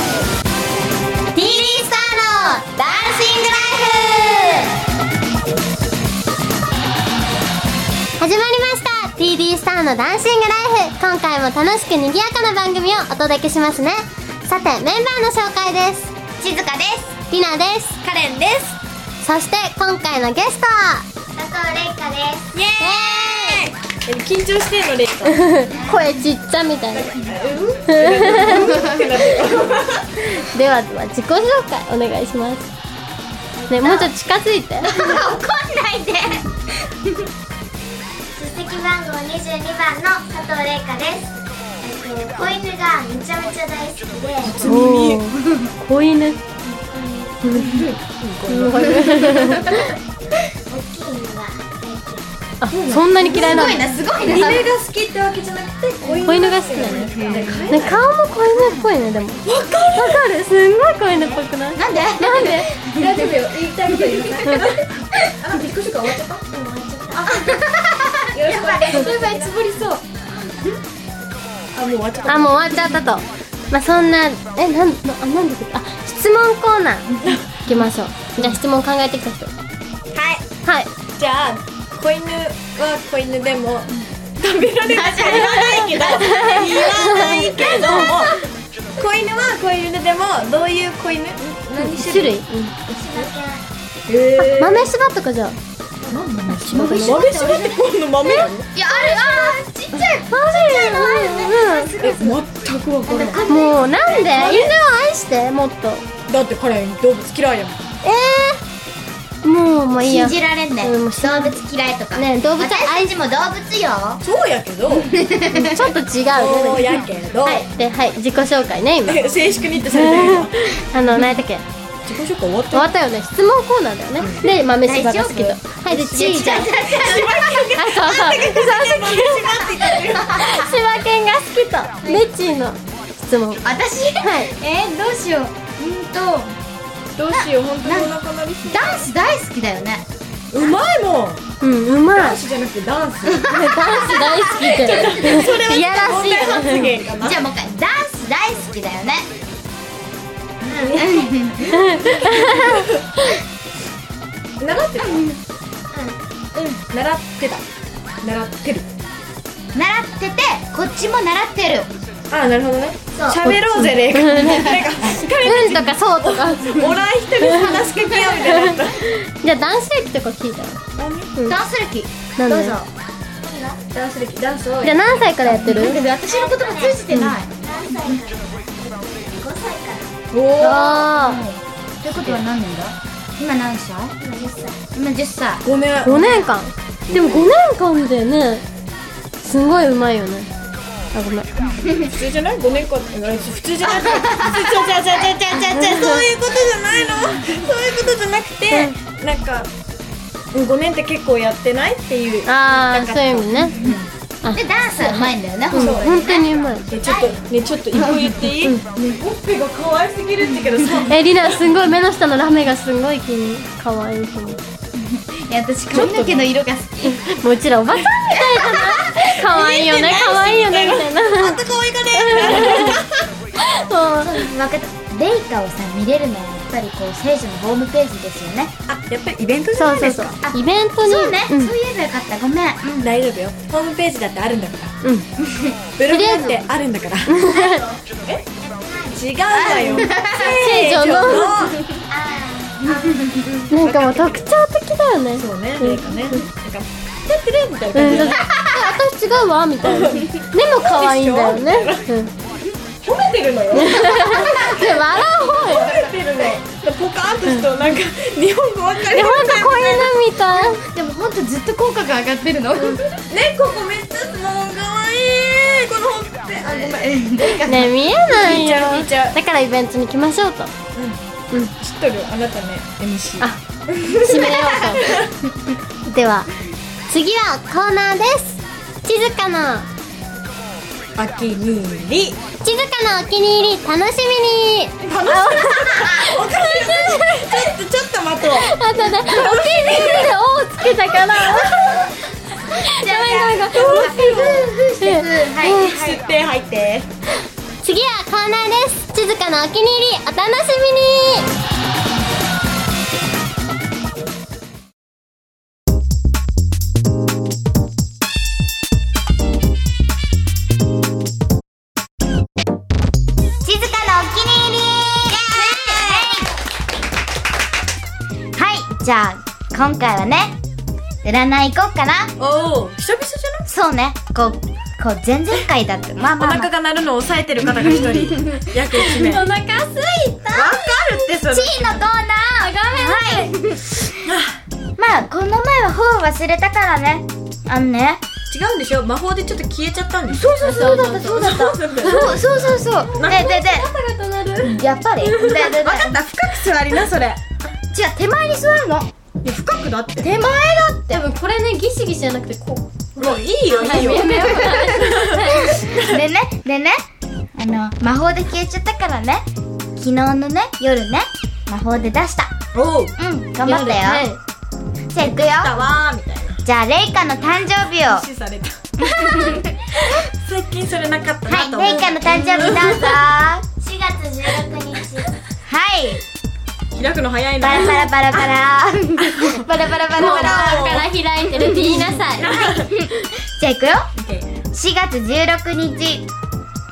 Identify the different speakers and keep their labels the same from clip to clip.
Speaker 1: TD スターのダンシングライフ始まりました TD スターのダンシングライフ今回も楽しく賑やかな番組をお届けしますねさてメンバーの紹介です
Speaker 2: 静香です
Speaker 1: りなです
Speaker 2: カレンです
Speaker 1: そして今回のゲストは
Speaker 2: 佐藤玲香ですイエーイ
Speaker 3: 緊張してんのレイカ
Speaker 1: 声ちっちゃみたいなではでは自己紹介お願いしますねもうちょっと近づ いて
Speaker 2: 怒んないで出席番号22番の佐藤玲香ですえっと子犬がめちゃめちゃ大好きで
Speaker 1: おお子
Speaker 2: 大
Speaker 1: 犬
Speaker 2: きい犬が
Speaker 1: あそんなに嫌いなの
Speaker 2: すごい
Speaker 3: 犬が好きってわけじゃなくて子犬
Speaker 1: 子犬が好きなのね顔も子犬っぽいねでもわかるわかるすんごい子犬っぽくないなんでなんで
Speaker 3: 大丈夫よ言いたいこと言いなさいあ、自己紹介終わっちゃったよろしくお願いしますやばいつぶりそうあ、もう終わっちゃっ
Speaker 1: あもう終わっちゃったとまあそんなえなんなあなんであ質問コーナー行きましょうじゃあ質問考えてきた人
Speaker 2: はい
Speaker 1: はい
Speaker 3: たじゃあ子犬は子犬でも食べられる言わないけど言わないけども子犬は子犬でもどういう子犬ん何
Speaker 1: 種類、うん
Speaker 3: え
Speaker 1: 豆柴とかじゃん
Speaker 3: 豆しばってこんな豆なの
Speaker 2: いやあるあーちっちゃい
Speaker 1: 豆
Speaker 3: え、全くわからない
Speaker 1: うんもうなんで犬を愛してもっと
Speaker 3: だって彼動物嫌いやもん
Speaker 1: えー、もうもういいや
Speaker 2: 信じられんね
Speaker 1: うん
Speaker 2: 動
Speaker 1: もう
Speaker 2: 物嫌いとか
Speaker 1: ね動物
Speaker 2: 私たちも動物よ
Speaker 3: そうやけど
Speaker 1: ちょっと違う
Speaker 3: そう
Speaker 1: ね
Speaker 3: やけど、
Speaker 1: はいではい自己紹介ね今
Speaker 3: 静粛にってされてる今
Speaker 1: あの何やったっけ
Speaker 3: 自己紹介終わ っ
Speaker 1: 終わったよね質問コーナーだよね、で豆柴が好きと
Speaker 2: 大
Speaker 1: はいでち いちゃんあそうそう柴犬が好 きとレッチーの質問
Speaker 2: 私
Speaker 1: はい
Speaker 2: えー、どうしよううんと
Speaker 3: どうしよう本当にお腹鳴りそう
Speaker 2: ダンス大好きだよね
Speaker 3: うまいもん
Speaker 1: うんうま
Speaker 3: ダ
Speaker 1: い
Speaker 3: ンスじゃなくてダンス
Speaker 1: ダンス大好きで
Speaker 3: それはい
Speaker 1: やらしい
Speaker 3: 問題発言かな
Speaker 2: じゃあもう一回ダンス大好きだよね
Speaker 3: 習ってたうん、うん、習ってた習って
Speaker 2: 習
Speaker 3: る
Speaker 2: っててこっちも習ってる
Speaker 3: ああなるほどね
Speaker 2: そう
Speaker 3: 喋ろうぜレイカ なんか彼
Speaker 1: うんとかそうとか
Speaker 3: もらい人に話しかけようみたいになっ
Speaker 1: じゃあ男子歴とか聞いたら
Speaker 3: た
Speaker 2: ダンス歴
Speaker 1: な
Speaker 2: ど
Speaker 1: ん
Speaker 2: う
Speaker 1: で
Speaker 2: ぞ
Speaker 3: ダンス歴ダンスを
Speaker 1: じゃあ何歳からやってる
Speaker 2: 私のことも通じてない
Speaker 3: おお
Speaker 1: あ
Speaker 2: ということは何年だ今何歳今10歳
Speaker 3: 5年
Speaker 1: あ5年間でも5年間でねすごいうまいよねあごめん
Speaker 3: 普通じゃない5年間え普通じゃないちゃち ゃちゃちゃちゃちゃちゃそういうことじゃないのそういうことじゃなくて、なんか5年って結構やってないっていう
Speaker 1: ああそういう意味ね
Speaker 2: 今10歳でダンスはうまいんだよね
Speaker 1: うん
Speaker 2: 細い
Speaker 1: 本当にうまい
Speaker 3: えちょっとねちょっと一個言っていい、ね、ほっぺが可愛すぎるんだけどさ
Speaker 1: えりなすんごい目の下のラメがすんごい気に可愛いと思う
Speaker 2: いや私髪の毛の色が好き
Speaker 1: もううちらおばさんみたい だな可愛いよね可愛いよねみた いな
Speaker 3: また可愛いかね
Speaker 1: もう
Speaker 2: 分かったレイカをさ見れるのはやっぱりこう聖書のホームページですよね
Speaker 3: あやっぱりイベントじゃ
Speaker 1: そ
Speaker 3: な
Speaker 1: う
Speaker 3: い
Speaker 1: そう
Speaker 3: です
Speaker 1: そ
Speaker 3: か
Speaker 1: うイベントに
Speaker 2: そうね、
Speaker 1: ん
Speaker 2: そういえばよかったごめん、うん
Speaker 3: 大丈夫よホームページだってあるんだから
Speaker 1: うん
Speaker 3: ブログだっ
Speaker 1: とりあ
Speaker 3: てあるんだからえ違うんだよ
Speaker 1: 聖女のなんかもう特徴的だよね
Speaker 3: そうねレイカねなんか「てってれ」みたいな
Speaker 1: う
Speaker 3: 感
Speaker 1: ん、
Speaker 3: じで
Speaker 1: だってえ私違うわみたいなでも可愛いんだよね、うん、で
Speaker 3: 褒めてるのよ
Speaker 1: 笑おうよ
Speaker 3: 疲れてるねポカーンとしたなんか日本語わかり
Speaker 1: で
Speaker 3: ま
Speaker 1: ほんと子犬みたい
Speaker 2: でもほんとずっと口角上がってるの
Speaker 3: すねここめっちゃもうかわいいこのほっぺあごめんち
Speaker 1: ね見えない
Speaker 3: 見ちゃう見ち
Speaker 1: よ
Speaker 3: ゃう
Speaker 1: だからイベントに来ましょうと
Speaker 3: っとるあなたね MC
Speaker 1: あ締めようとでは次はコーナーです静かの
Speaker 3: お気に入り
Speaker 1: 静かのお気に入り楽しみに
Speaker 3: 楽しみおかしいちょっとちょっと待とう
Speaker 1: あとねお気に入りで「お」をつけたからごめんごめんごめん
Speaker 2: はい
Speaker 1: うん
Speaker 2: はい
Speaker 3: 吸って吐いて
Speaker 1: 静次はコーナーです静かのお気に入りお楽しみに
Speaker 2: 静かのお気に入りはいじゃあ今回はね占い行こうかな
Speaker 3: おお久々じゃない
Speaker 2: そうねこうこう前々回だってまあ
Speaker 3: お
Speaker 2: まあ、まあ、
Speaker 3: 腹が鳴るのを抑えてる方が一人約1名わか
Speaker 2: 腹すいた
Speaker 3: るってそれ
Speaker 2: C のコーナーごめんなさいまあこの前は本を忘れたからねあのね
Speaker 3: 違うんでしょ魔法でちょっと消えちゃったんでしょそう
Speaker 2: そうだったそうだった
Speaker 3: そうそう
Speaker 2: そうそうそうそうでででやっぱりででで
Speaker 3: 分かった深く座りなそれ
Speaker 2: 違う手前に座るの
Speaker 3: いや深くだって
Speaker 2: 手前だって
Speaker 1: 多分これねギシギシじゃなくてこう
Speaker 3: もういいよ いいよ
Speaker 2: でねでねあの魔法で消えちゃったからね昨日のね夜ね魔法で出した
Speaker 3: お
Speaker 2: う
Speaker 3: う
Speaker 2: ん頑張ったよ、じゃあ行くよ
Speaker 3: だわーみたいな
Speaker 2: じゃあレイカの誕生日をは
Speaker 3: 無視された 最近それなかったなと思う、
Speaker 2: いレイカの誕生日どうぞ4月16日はい
Speaker 3: 開くの早いな
Speaker 2: バラバラバラバラバラバラバラ
Speaker 1: もう
Speaker 2: バラ
Speaker 1: 窓から開いてるって言いなさい
Speaker 2: じゃあ行くよ
Speaker 3: OK
Speaker 2: 4月16日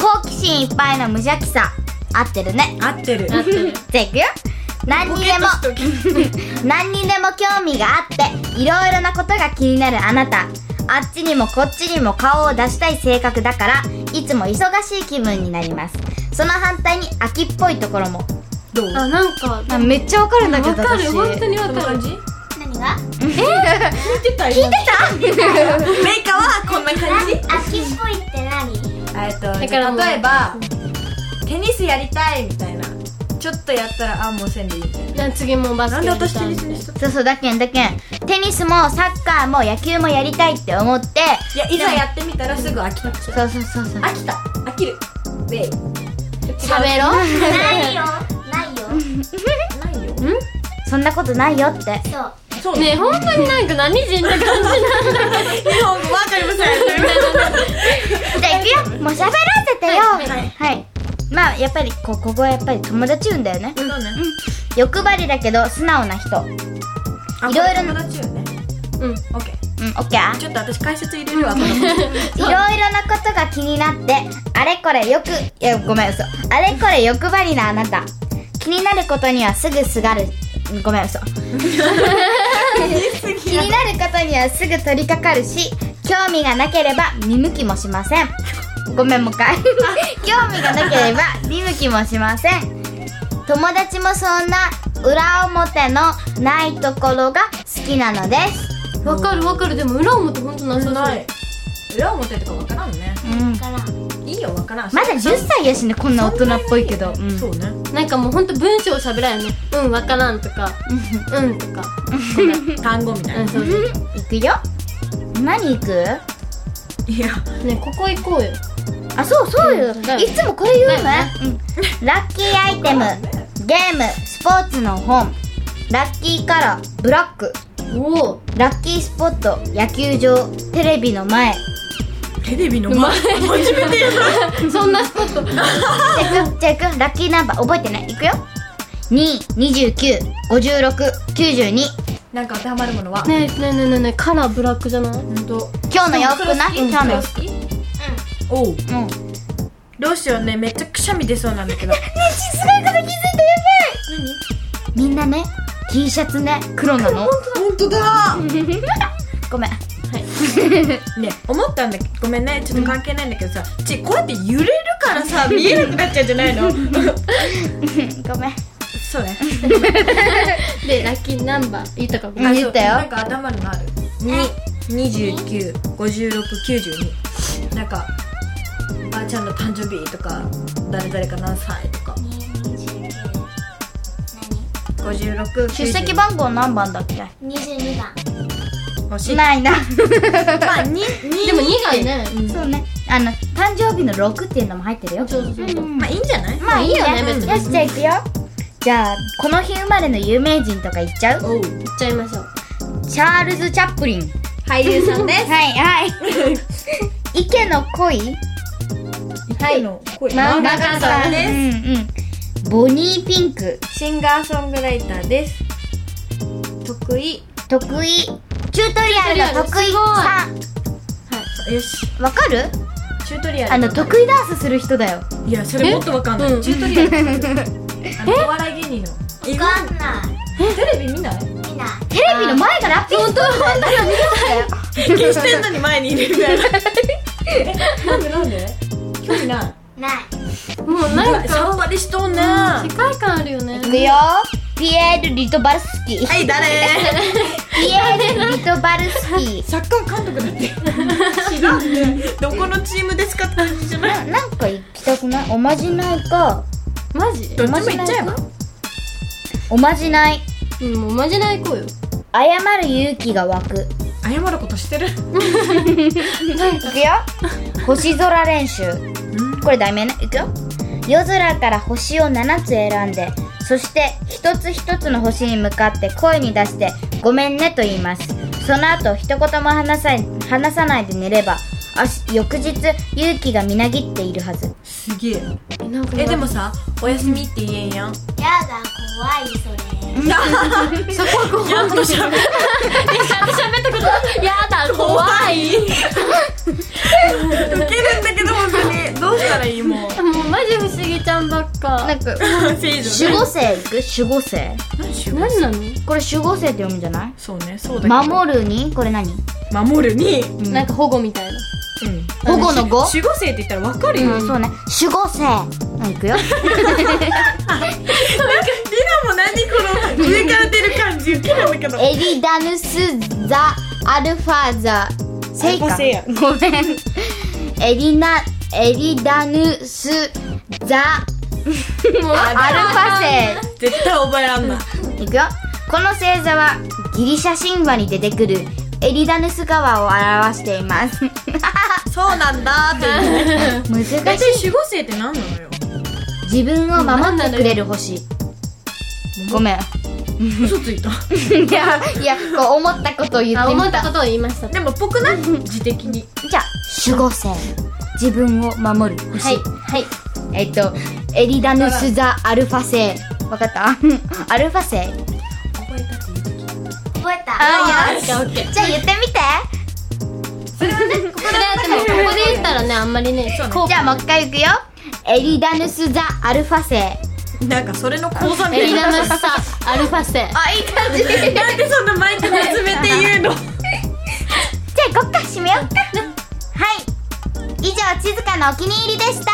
Speaker 2: 好奇心いっぱいの無邪気さ合ってるね
Speaker 3: 合ってる
Speaker 1: 合ってる
Speaker 2: じゃあ行くよ何
Speaker 3: ポ
Speaker 2: に
Speaker 3: ケ
Speaker 2: で
Speaker 3: ッ
Speaker 2: も
Speaker 3: トしとけ
Speaker 2: 何にでも興味があっていろいろなことが気になるあなたあっちにもこっちにも顔を出したい性格だからいつも忙しい気分になりますその反対に秋っぽいところも
Speaker 3: どう
Speaker 1: あなんか
Speaker 2: あめっちゃわかるんだけ
Speaker 1: わ
Speaker 2: ど
Speaker 1: かる本当にわ
Speaker 3: こんな
Speaker 1: かる
Speaker 3: 感じ聞い
Speaker 2: 何が出た
Speaker 3: てた聞いてメーカーはこんな感じ
Speaker 2: 秋っぽいって何
Speaker 3: えっと
Speaker 1: ら
Speaker 3: じゃあ
Speaker 1: もう
Speaker 3: 例えばテニスやりたいみたいなちょっとやったらあもうせんでいいみたい
Speaker 1: じゃあ次もバス
Speaker 3: なな
Speaker 1: ケ
Speaker 3: んで私テ
Speaker 1: やり
Speaker 3: ニ
Speaker 1: た
Speaker 3: スにしとっ
Speaker 2: そうそうだけんだけんテニスもサッカーも野球もやりたいって思って
Speaker 3: いやいざやってみたらすぐ飽きた飽
Speaker 2: そうそうそうそう
Speaker 3: きた飽きるウェイ
Speaker 1: 喋ろ
Speaker 4: ないよないよ
Speaker 3: ないよ
Speaker 2: そんなことないよって
Speaker 4: そう
Speaker 3: そう
Speaker 1: ねえ本当になんか何人って感じなんだ
Speaker 3: 日本語わかりません
Speaker 2: じゃあ行くよもう喋らせてよ
Speaker 1: はい
Speaker 3: はい
Speaker 2: はいまあやっぱりこここはやっぱり友達運だよね
Speaker 3: そうね
Speaker 2: 欲張りだけど素直な人うんオッ
Speaker 3: あ
Speaker 2: いろいろ
Speaker 3: 友達よね
Speaker 1: うん
Speaker 3: オッケー
Speaker 2: ケー
Speaker 3: ちょっと私解説入れるわこの
Speaker 2: いろいろなことが気になってあれこれよくいやごめん嘘あれこれ欲張りなあなた気になることにはすぐすがるごめん 嘘気になることにはすぐ取り掛かるし興味がなければ見向きもしませんごめんもう一 回興味がなければ見向きもしません友達もそんな裏表のないところが好きなのです
Speaker 1: わかるわかるでも裏表ほんとなさそう
Speaker 3: ない裏表とかわからんね
Speaker 2: うん
Speaker 4: から
Speaker 3: いいよわからん
Speaker 2: まだ10歳やしねこんな大人っぽいけど、うん
Speaker 3: そうね
Speaker 1: なんかもうほんと文章喋らんよねうんわからんとかうんとか
Speaker 3: 単語みた
Speaker 1: う
Speaker 3: い
Speaker 1: ん
Speaker 3: な
Speaker 1: そうそう
Speaker 2: 行くよ何行く
Speaker 3: いや
Speaker 1: ねえここ行こうよ
Speaker 2: あそうそうよ、
Speaker 1: うんだよね
Speaker 2: いつもこれ言うのね
Speaker 1: だよね
Speaker 2: うん、ラッキーアイテムゲームスポーツの本ラッキーカラーブラック
Speaker 1: おお
Speaker 2: ラッキースポット野球場テレビの前
Speaker 3: テレビの前初めてやな
Speaker 1: そんなスポット
Speaker 2: じゃあ行くじゃあ行くラッキーナンバー覚えてない行くよ2295692
Speaker 3: なんか当てはまるものは
Speaker 1: ねえねえねえねえねえカラーブラックじゃない
Speaker 3: ほんと
Speaker 2: 今日の洋服な今日
Speaker 3: 今日
Speaker 2: の
Speaker 3: の洋
Speaker 2: 洋服
Speaker 3: 服好きお
Speaker 2: う
Speaker 3: う
Speaker 2: んね
Speaker 3: どうしようねめっちゃくしゃみ出そうなんだけど
Speaker 2: すごいこと気づいたやばいみんなね T シャツね黒なの
Speaker 3: 本当だ
Speaker 2: ごめん
Speaker 3: ね思ったんだけどごめんねちょっと関係ないんだけどさちこうやって揺れるからさ見えなくなっちゃうんじゃないの
Speaker 2: ご めん
Speaker 3: そうね
Speaker 1: でラッキーナンバー言ったかごめん
Speaker 2: 言ったよ
Speaker 3: なんか頭のある2295692なんかばあちゃんの誕生日とか誰々か何歳とか56
Speaker 2: 出席番号何番だっけ
Speaker 4: 何22番
Speaker 3: 欲しいま
Speaker 2: ない な
Speaker 3: あにに
Speaker 1: でも2がね
Speaker 2: そうねあの誕生日の6っていうのも入ってるよ
Speaker 1: そうそうそうそう
Speaker 3: まあいいんじゃない
Speaker 2: まあいいよね
Speaker 1: いいよね別に
Speaker 2: よしじゃあ行くよじゃあこの日生まれの有名人とか言っちゃう
Speaker 3: おう
Speaker 1: 言っちゃいましょう
Speaker 2: チャールズ・チャップリン
Speaker 3: 俳優さんです
Speaker 2: はいはい池の恋
Speaker 3: 一位の声、
Speaker 2: 漫画
Speaker 3: 漫
Speaker 2: 家
Speaker 3: 画
Speaker 2: さん
Speaker 3: さんです、
Speaker 2: うんうん、ボニーピンク
Speaker 3: シンガーソングライターです得意
Speaker 2: 得意チュートリアルの得意さん
Speaker 3: はいよし
Speaker 2: わかる
Speaker 3: チュートリアル
Speaker 2: あの得意ダンスする人だよ
Speaker 3: いやそれもっとわかんない、チュートリアルあのお笑い芸人の
Speaker 4: わかんない
Speaker 3: テレビ見 ない
Speaker 4: 見ない
Speaker 2: テレビの前からアップして本当だよ見たんだよ
Speaker 3: 気にしてんのに前にいるみたいなえなんでなんで興味ない
Speaker 4: ない
Speaker 1: もうなんか
Speaker 3: さっぱりしとんね
Speaker 1: 世界観あるよね
Speaker 2: いくよピエール・リトバルスキーピ
Speaker 3: い誰
Speaker 2: エール・リトバルスキ
Speaker 3: サッカー監督だ って知らんねどこのチームですかって感じじゃ
Speaker 2: ー
Speaker 3: な い
Speaker 2: ななんか行きたくないおまじないか
Speaker 1: マジ
Speaker 3: どっちも行っちゃえば
Speaker 2: おまじない
Speaker 1: うんもうマジない行こうよ
Speaker 2: 謝る勇気が湧く
Speaker 3: 謝ることしてる
Speaker 2: いくよ星空練習これ題名ねいくよ夜空から星を7つ選んでそして一つ一つの星に向かって声に出して「ごめんね」と言いますその後一言も話さ話さないで寝ればあし翌日勇気がみなぎっているはず
Speaker 3: すげえ
Speaker 1: えなんか
Speaker 3: えでもさおやすみって言えんや
Speaker 4: や
Speaker 3: ん
Speaker 4: だ怖いそれ
Speaker 1: そこは怖い
Speaker 3: やっと喋る
Speaker 1: 喋ったことやだ怖い
Speaker 3: 受けるんだけど本当にどうしたらいいもう
Speaker 1: もうマジ不思議ちゃんばっか
Speaker 2: なんか
Speaker 3: 聖女
Speaker 2: 守護星いく守護星
Speaker 1: 何なの
Speaker 2: これ守護星って読むんじゃない
Speaker 3: そうねそうだけど
Speaker 2: 守るにこれ何
Speaker 3: 守るに
Speaker 1: なんか保護みたいな
Speaker 3: うん
Speaker 2: 保護の語
Speaker 3: 守護生って言ったらわかるよ、
Speaker 2: うん、そうね守護星うんいくよ
Speaker 3: なんかリナも何この上から出る感じ受けるんだけど
Speaker 2: エリダヌス・ザ・アルファザ・セイカ
Speaker 3: アルファセイヤ
Speaker 2: ごめんエリナエリダヌス・ザ・
Speaker 1: もう
Speaker 2: アルファ
Speaker 3: 絶対覚えらんない
Speaker 2: 星いくよこの星座はギリシャ神話に出てくるエリダヌス川を表しています
Speaker 3: そうなんだって言う
Speaker 2: 難
Speaker 3: ね
Speaker 2: しい
Speaker 3: 大体守護生って何なのよ
Speaker 2: 自分を守ってくれる星ごめん
Speaker 3: 嘘ついた
Speaker 2: いやいやこう思ったことを言っ
Speaker 1: あ
Speaker 2: てみ
Speaker 1: 思
Speaker 2: た
Speaker 1: ったことを言いました
Speaker 3: でもぽくない自的に
Speaker 2: じゃあ守護星自分を守る星
Speaker 1: はいはい
Speaker 2: えっと、エリダヌス・ザ・アルファ星。わかった アルファ星。
Speaker 4: 覚えた
Speaker 2: あ、
Speaker 1: じゃあオッケー
Speaker 2: じゃあ言ってみて。
Speaker 1: ここででもここで言ったらねあんまりねこう
Speaker 2: じゃあもう一回いくよ。エリダヌス・ザ・アルファ星。
Speaker 3: なんかそれの講座み
Speaker 1: エ
Speaker 3: た
Speaker 1: リ
Speaker 3: い
Speaker 1: ナ
Speaker 3: な
Speaker 1: のさアルファ性
Speaker 2: あ、いい感 じ。じゃ
Speaker 3: なんでそんな毎回集めて言うの
Speaker 2: あ行こっか、締めようか。はい。以上、静かのお気に入りでした。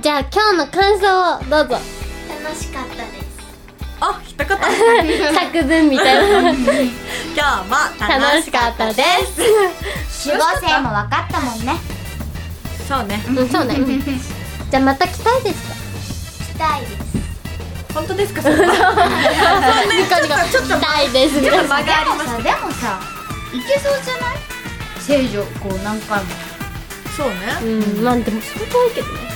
Speaker 1: じゃあ今日の感想をどうぞ
Speaker 4: 楽しかったです
Speaker 3: あ、一言
Speaker 1: 作文み たいな
Speaker 3: 今日は
Speaker 1: 楽しかったです
Speaker 2: 守護星もわかったもんね。
Speaker 3: そうね
Speaker 1: うんそうねじゃあまた来たいですか
Speaker 4: 来たいです
Speaker 3: 本当ですか それは
Speaker 1: ニコニコちょっといです
Speaker 2: でもさ、でもさ、いけそうじゃない聖女、こう何回も。
Speaker 3: そうね
Speaker 1: うんまあでも相当多いけどね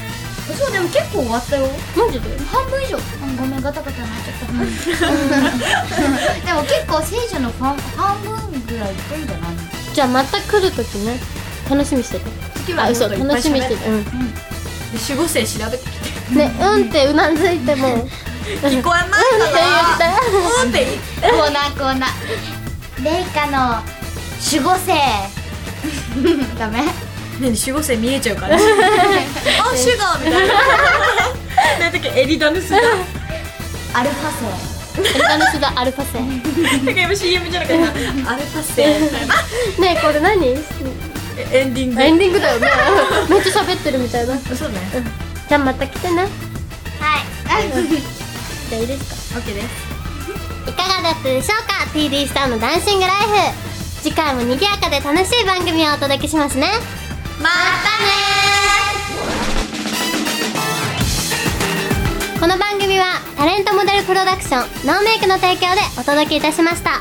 Speaker 2: そう、でも結構終わったよ。
Speaker 1: マジで
Speaker 2: 半分以上ごめんガタガタなっちゃったでも結構聖女の半半分ぐらいいってんじゃない
Speaker 1: じゃあまた来るときね楽しみしてて
Speaker 3: 次
Speaker 1: あ
Speaker 3: はも
Speaker 1: 嘘
Speaker 3: っといっぱ
Speaker 1: 楽
Speaker 3: い
Speaker 1: しみして
Speaker 3: 喋って
Speaker 1: うん
Speaker 3: て守護生調べてきて
Speaker 1: ねうんってうなずいても うんって
Speaker 3: 聞こえな
Speaker 1: 言
Speaker 3: いか
Speaker 1: った
Speaker 3: なうんって言っ
Speaker 2: コーナーコーナーレイカの守護星 ダメ
Speaker 3: ね守護生見えちゃうからあ、守護みたいな なんだっけエリダヌスだ
Speaker 2: アルファ星
Speaker 1: エリカのだアルファ線ね
Speaker 3: なんか今 CM じゃなかったアルファ生
Speaker 1: えこれ何エ
Speaker 3: エンディン
Speaker 1: ンディング だよねめっちゃ喋ってるみたいなじ
Speaker 3: グそうね
Speaker 1: ゃあまた来てね
Speaker 2: はい
Speaker 1: じゃあいいです
Speaker 3: オッケーです
Speaker 1: かいかがだったでしょうか TD スターのダンシングライフ次回も賑やかで楽しい番組をお届けしますね
Speaker 3: ま
Speaker 1: この番組はタレントモデルプロダクションノーメイクの提供でお届けいたしました